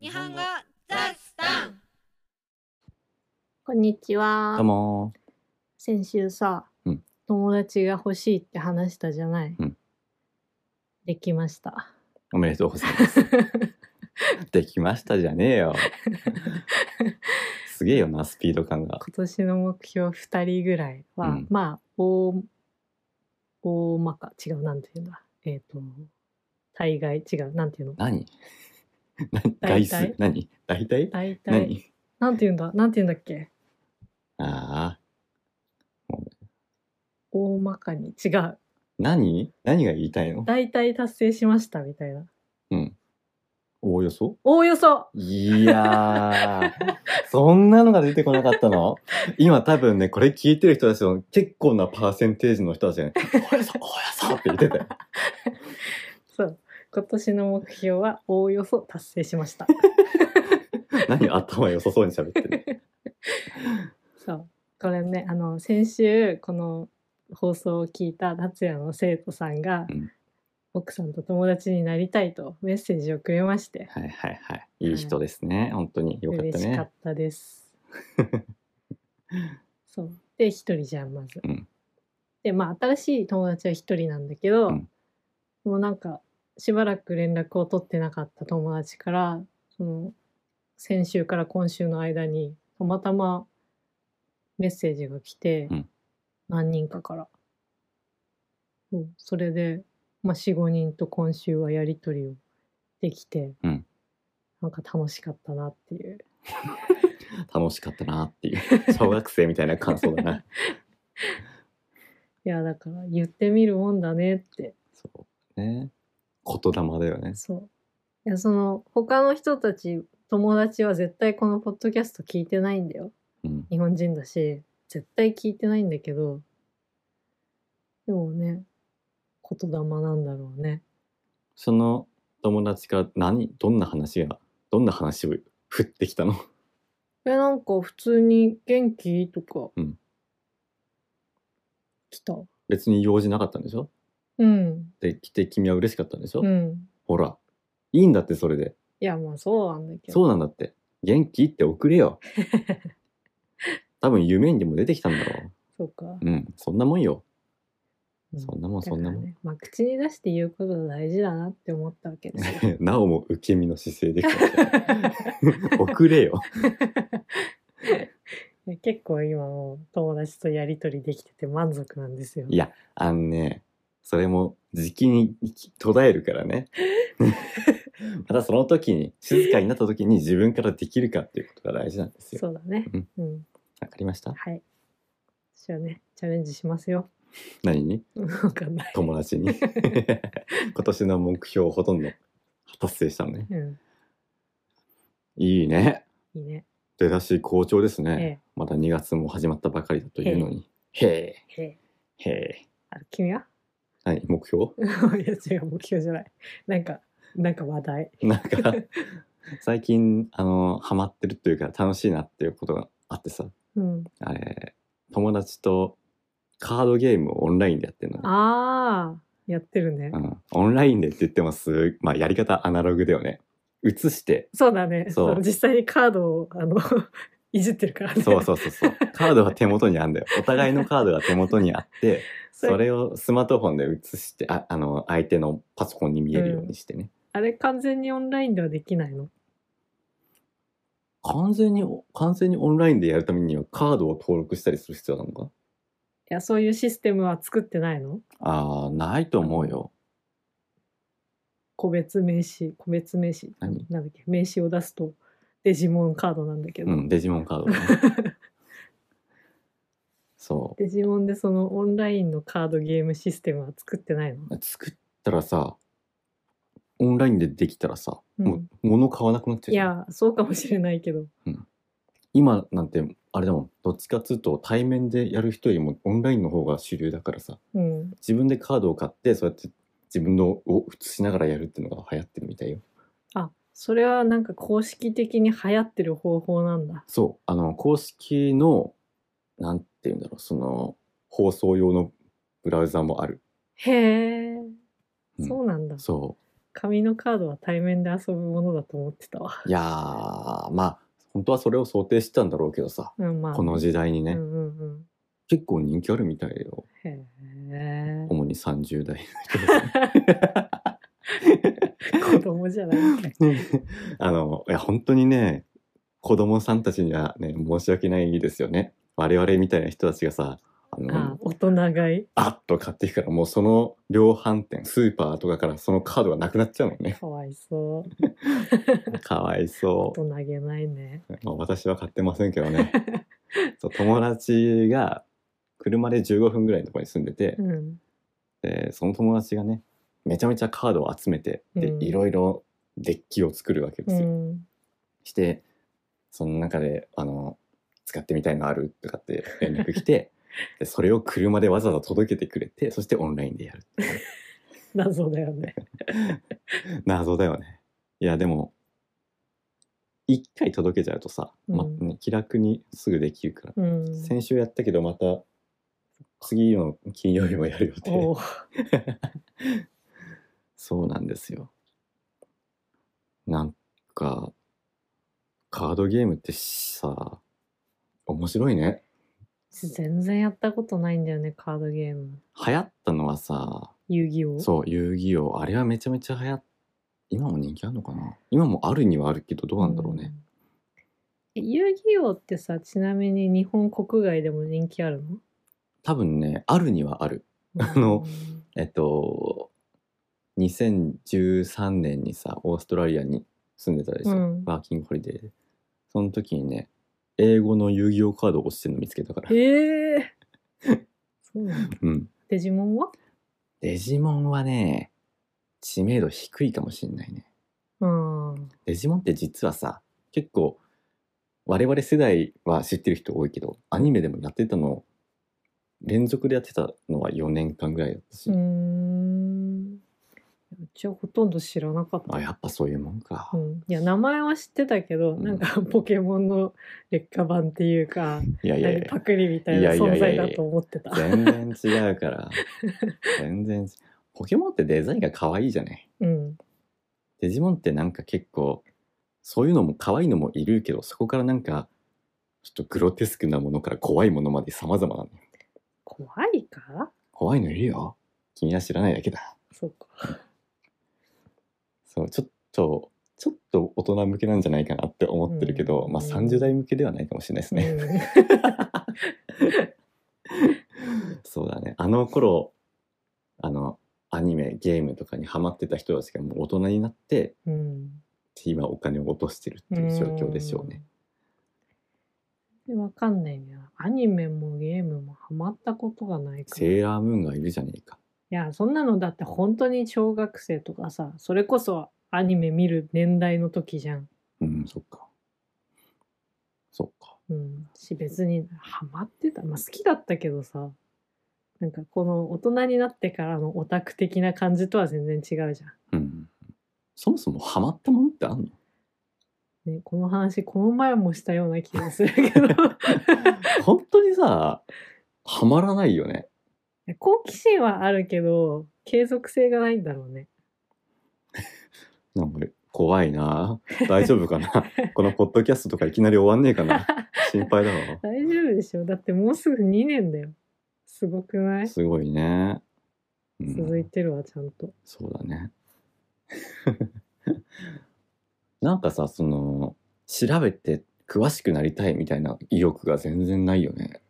日本語ザスタンこんにちはどう。も先週さ、うん友達が欲しいって話したじゃない。うんできました。ーおめでとうございます できましたじゃねえよすげえよなスピード感が今年の目標二人ぐらいは、うんまあ大大まか違うなんていうんだ。えっ、と大概違うなんていうの。何大外体数何大体大体何なんていうんだなんていうんだっけ。ああ大まかに違う。何何が言いたいの大体達成しましたみたいな。おおよそおおよそ。いやーそんなのが出てこなかったの今多分ねこれ聞いてる人たちの結構なパーセンテージの人たちがね「おおよそおおよそ」って言ってたよそう。今年の目標はおおよそ達成しました。何頭良さそうに喋ってるそうこれねあの先週この放送を聞いた達也の生徒さんが、うん奥さんと友達になりたいとメッセージをくれましてはいはいはい。いい人ですね。本当に。よかった嬉しかねっ。たです そうで一人じゃんまず、うんでまあ新しい友達は一人なんだけど、うんもうなんかしばらく連絡を取ってなかった友達からその先週から今週の間にたまたまメッセージが来て、うん何人かからそうそれで、まあ、45人と今週はやり取りをできて、うんなんか楽しかったなっていう楽しかったなっていう。 小学生みたいな感想だ な。いやだから言ってみるもんだねってそうね。言霊だよね。そういやその他の人たち友達は絶対このポッドキャスト聞いてないんだようん。日本人だし絶対聞いてないんだけどでもね言霊なんだろうねその友達から何、どんな話が、どんな話を振ってきたのえなんか普通に「元気?」とか、うん来た別に用事なかったんでしょうんで、来て君は嬉しかったんでしょ、うんほら。いいんだって、それで。いやまあそうなんだけどそうなんだって。元気って送れ よ。多分夢にでも出てきたんだろそうかう。うん。そんなもんよ。 うんそんなもん、だそかんらなもん。ね、まあ口に出して言うことが大事だなって思ったわけですよなおも受け身の姿勢で来 た。遅れよ。いや結構今もう友達とやり取りできてて満足なんですよ。いや、あのね、それも時期に途絶えるから ね。またその時に、静かになった時に自分からできるかっていうことが大事なんですよ。そうだね。うんうん。わかりましたはい。私はね、チャレンジしますよ。 何にわかんない。友達 に。今年の目標をほとんど達成したのね。うん。いいね。いいね。出だし好調ですえね。えまた2月も始まったばかりだというのに。へへえ。え、へえ。あ君は 何目標いや違う、目標じゃない。なんか、なんか話題。なんか最近あのハマってるというか楽しいなっていうことがあってさうん。あれ友達とカードゲームをオンラインでやってるのね、ああ、やってるねう。ん、オンラインでって言ってもすまあやり方アナログだよね映してそうだね。そうの実際にカードを、あの、 いじってるからね。そうそうそう そうカードが手元にあんだよお互いのカードが手元にあってそれそれをスマートフォンで映してああの相手のパソコンに見えるようにしてね、あれ完全にオンラインではできないの完全に完全にオンラインでやるためにはカードを登録したりする必要なのかいや、そういうシステムは作ってないのああないと思うよ個別名詞個別名詞何なんだっけ名詞を出すとデジモンカードなんだけど、うん、デジモンカードね。 そデジモンでそのオンラインのカードゲームシステムは作ってないのう。作ったらさ、オンラインでできたらさ、うんもう物買わなくなっちゃういじゃん。やそうかもしれないけど今なんて、あれだもん、どっちかっつうと対面でやる人よりもオンラインの方が主流だからさ、うん自分でカードを買って、そうやって自分のを映しながらやるっていうのが流行ってるみたいよ。あそれはなんか公式的に流行ってる方法なんだそう、あの、公式の、なんて言うんだろう、その、放送用のブラウザもある。へえ、うんそうなんだそ紙のカードは対面で遊ぶものだと思ってたわ。いやーまあ本当はそれを想定してたんだろうけどさうん、まあ。この時代にね、うんうんうん。結構人気あるみたいよへえ。主に30代子供じゃないみ たい。あのいや本当にね子供さんたちにはね申し訳ないですよね我々みたいな人たちがさあのあ、大人買い。あっと買ってきたらもうその量販店スーパーとかからそのカードがなくなっちゃうもん ねかわいそう。かわい大そう、人げないね。まあ、私は買ってませんけどねそう友達が車で15分ぐらいのところに住んでて、うん。でその友達がねめちゃめちゃカードを集めてで、うんいろいろデッキを作るわけでうすよ。ん。してその中であの使ってみたいのあるとかって連絡来 てでそれを車でわざわざ届けてくれてそしてオンラインでやるっていうね 謎だよね。謎だよね。いやでも一回届けちゃうとさ、まうんね気楽にすぐできるから、うん。先週やったけどまた次の金曜日もやる予定おうそうなんですよ。なんか、カードゲームってさ、面白いね。全然やったことないんだよね、カードゲーム。流行ったのはさ、遊戯王。そう、遊戯王。あれはめちゃめちゃ流行っ今も人気あるのかな今もあるにはあるけど、どうなんだろうね。うん。え遊戯王ってさ、ちなみに日本国外でも人気あるの多分ね、あるにはある。あの、えっと、2013年にさ、オーストラリアに住んでたでしょ。うんワーキングホリデーで。その時にね、英語の遊戯王カードを押してるの見つけたからえ。えそうなんだ。うん。デジモンはデジモンはね、知名度低いかもしんないね。うん。デジモンって実はさ、結構、我々世代は知ってる人多いけど、アニメでもやってたの、連続でやってたのは4年間ぐらいだったし、うーん。うちはほとんど知らなかった。あ、やっぱそういうもんか。うん、いや名前は知ってたけど、うんなんかポケモンの劣化版っていうかいやいやい何やパ、クリみたいいやないやいや存いや在だと思ってた。全然違う から。全然違う。ポケモンってデザインが可愛いじゃない。うんデジモンってなんか結構、そういうのも可愛いのもいるけど、そこからなんか、ちょっとグロテスクなものから怖いものまで様々なのよ怖いか怖いのいるよ。君は知らないだけだ。そうか。そう、ちょっと、ちょっと大人向けなんじゃないかなって思ってるけど、うんまあ30代向けではないかもしれないですね。う そうだね。あの頃、あの、アニメ、ゲームとかにハマってた人たちがもう大人になって、んうん今お金を落としてるっていう状況でしょうね。でわかんないな。アニメもゲームもハマったことがないから。いセーラームーンがいるじゃねえか。や、そんなのだって本当に小学生とかさ、それこそアニメ見る年代の時じゃん。うん、そっか。そっか。うん、し別にハマってた、まあ、好きだったけどさなんかこの大人になってからのオタク的な感じとは全然違うじゃうん。そもそもハマったものってあんの ん、ね、この話この前もしたような気がするけど本当にさ、ハマらないよね。好奇心はあるけど継続性がないんだろうねなんか怖いな大丈夫かなこのポッドキャストとかいきなり終わんねえかな心配だわ。大丈夫でしょだってもうすぐ2年だよすごくないすごいね。うん続いてるわちゃんとそうだね。 なんかさ、その、調べて詳しくなりたいみたいな意欲が全然ないよね。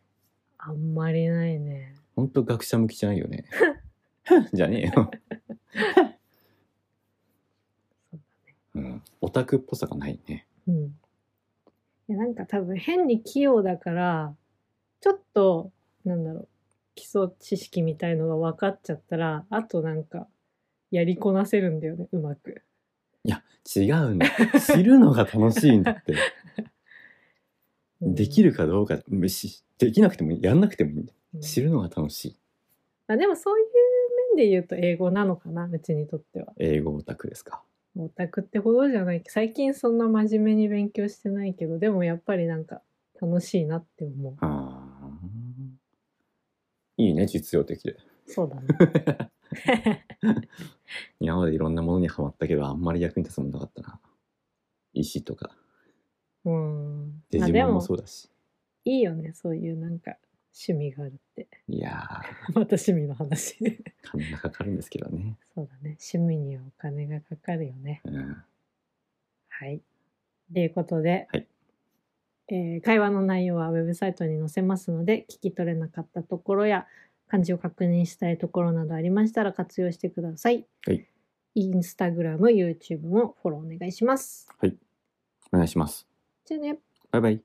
あんまりないねほんと学者向きじゃないよね。じゃねえよ。うん、オタクっぽさがないね。うん。いやなんか多分変に器用だから、ちょっと、なんだろう、基礎知識みたいのが分かっちゃったら、あとなんか、やりこなせるんだよね、うまく。いや、違うんだ。知るのが楽しいんだって。できる、るかどうか、むしできなくてもやんなくてもいいんだよ。うん知るのが楽しい。あでもそういう面で言うと英語なのかな、うちにとっては。英語オタクですか。オタクってほどじゃない最近そんな真面目に勉強してないけど、でもやっぱりなんか、楽しいなって思あーいいね、実用的で。う。そうだね。 今までいろんなものにはまったけどあんまり役に立つもんなかったな石とかうん。デまあジでモンもも、そうだしいいよね、そういうなんか趣味があるって。 いやまた趣味の話。 ー金がかかるんですけどね、そうだね。趣味にはお金がかかるよね。うん、はい。ということで、はいえー会話の内容はウェブサイトに載せますので、聞き取れなかったところや、漢字を確認したいところなどありましたら活用してください。はいインスタグラム、YouTube もフォローお願いします。お願いしますじゃあね。バイバイ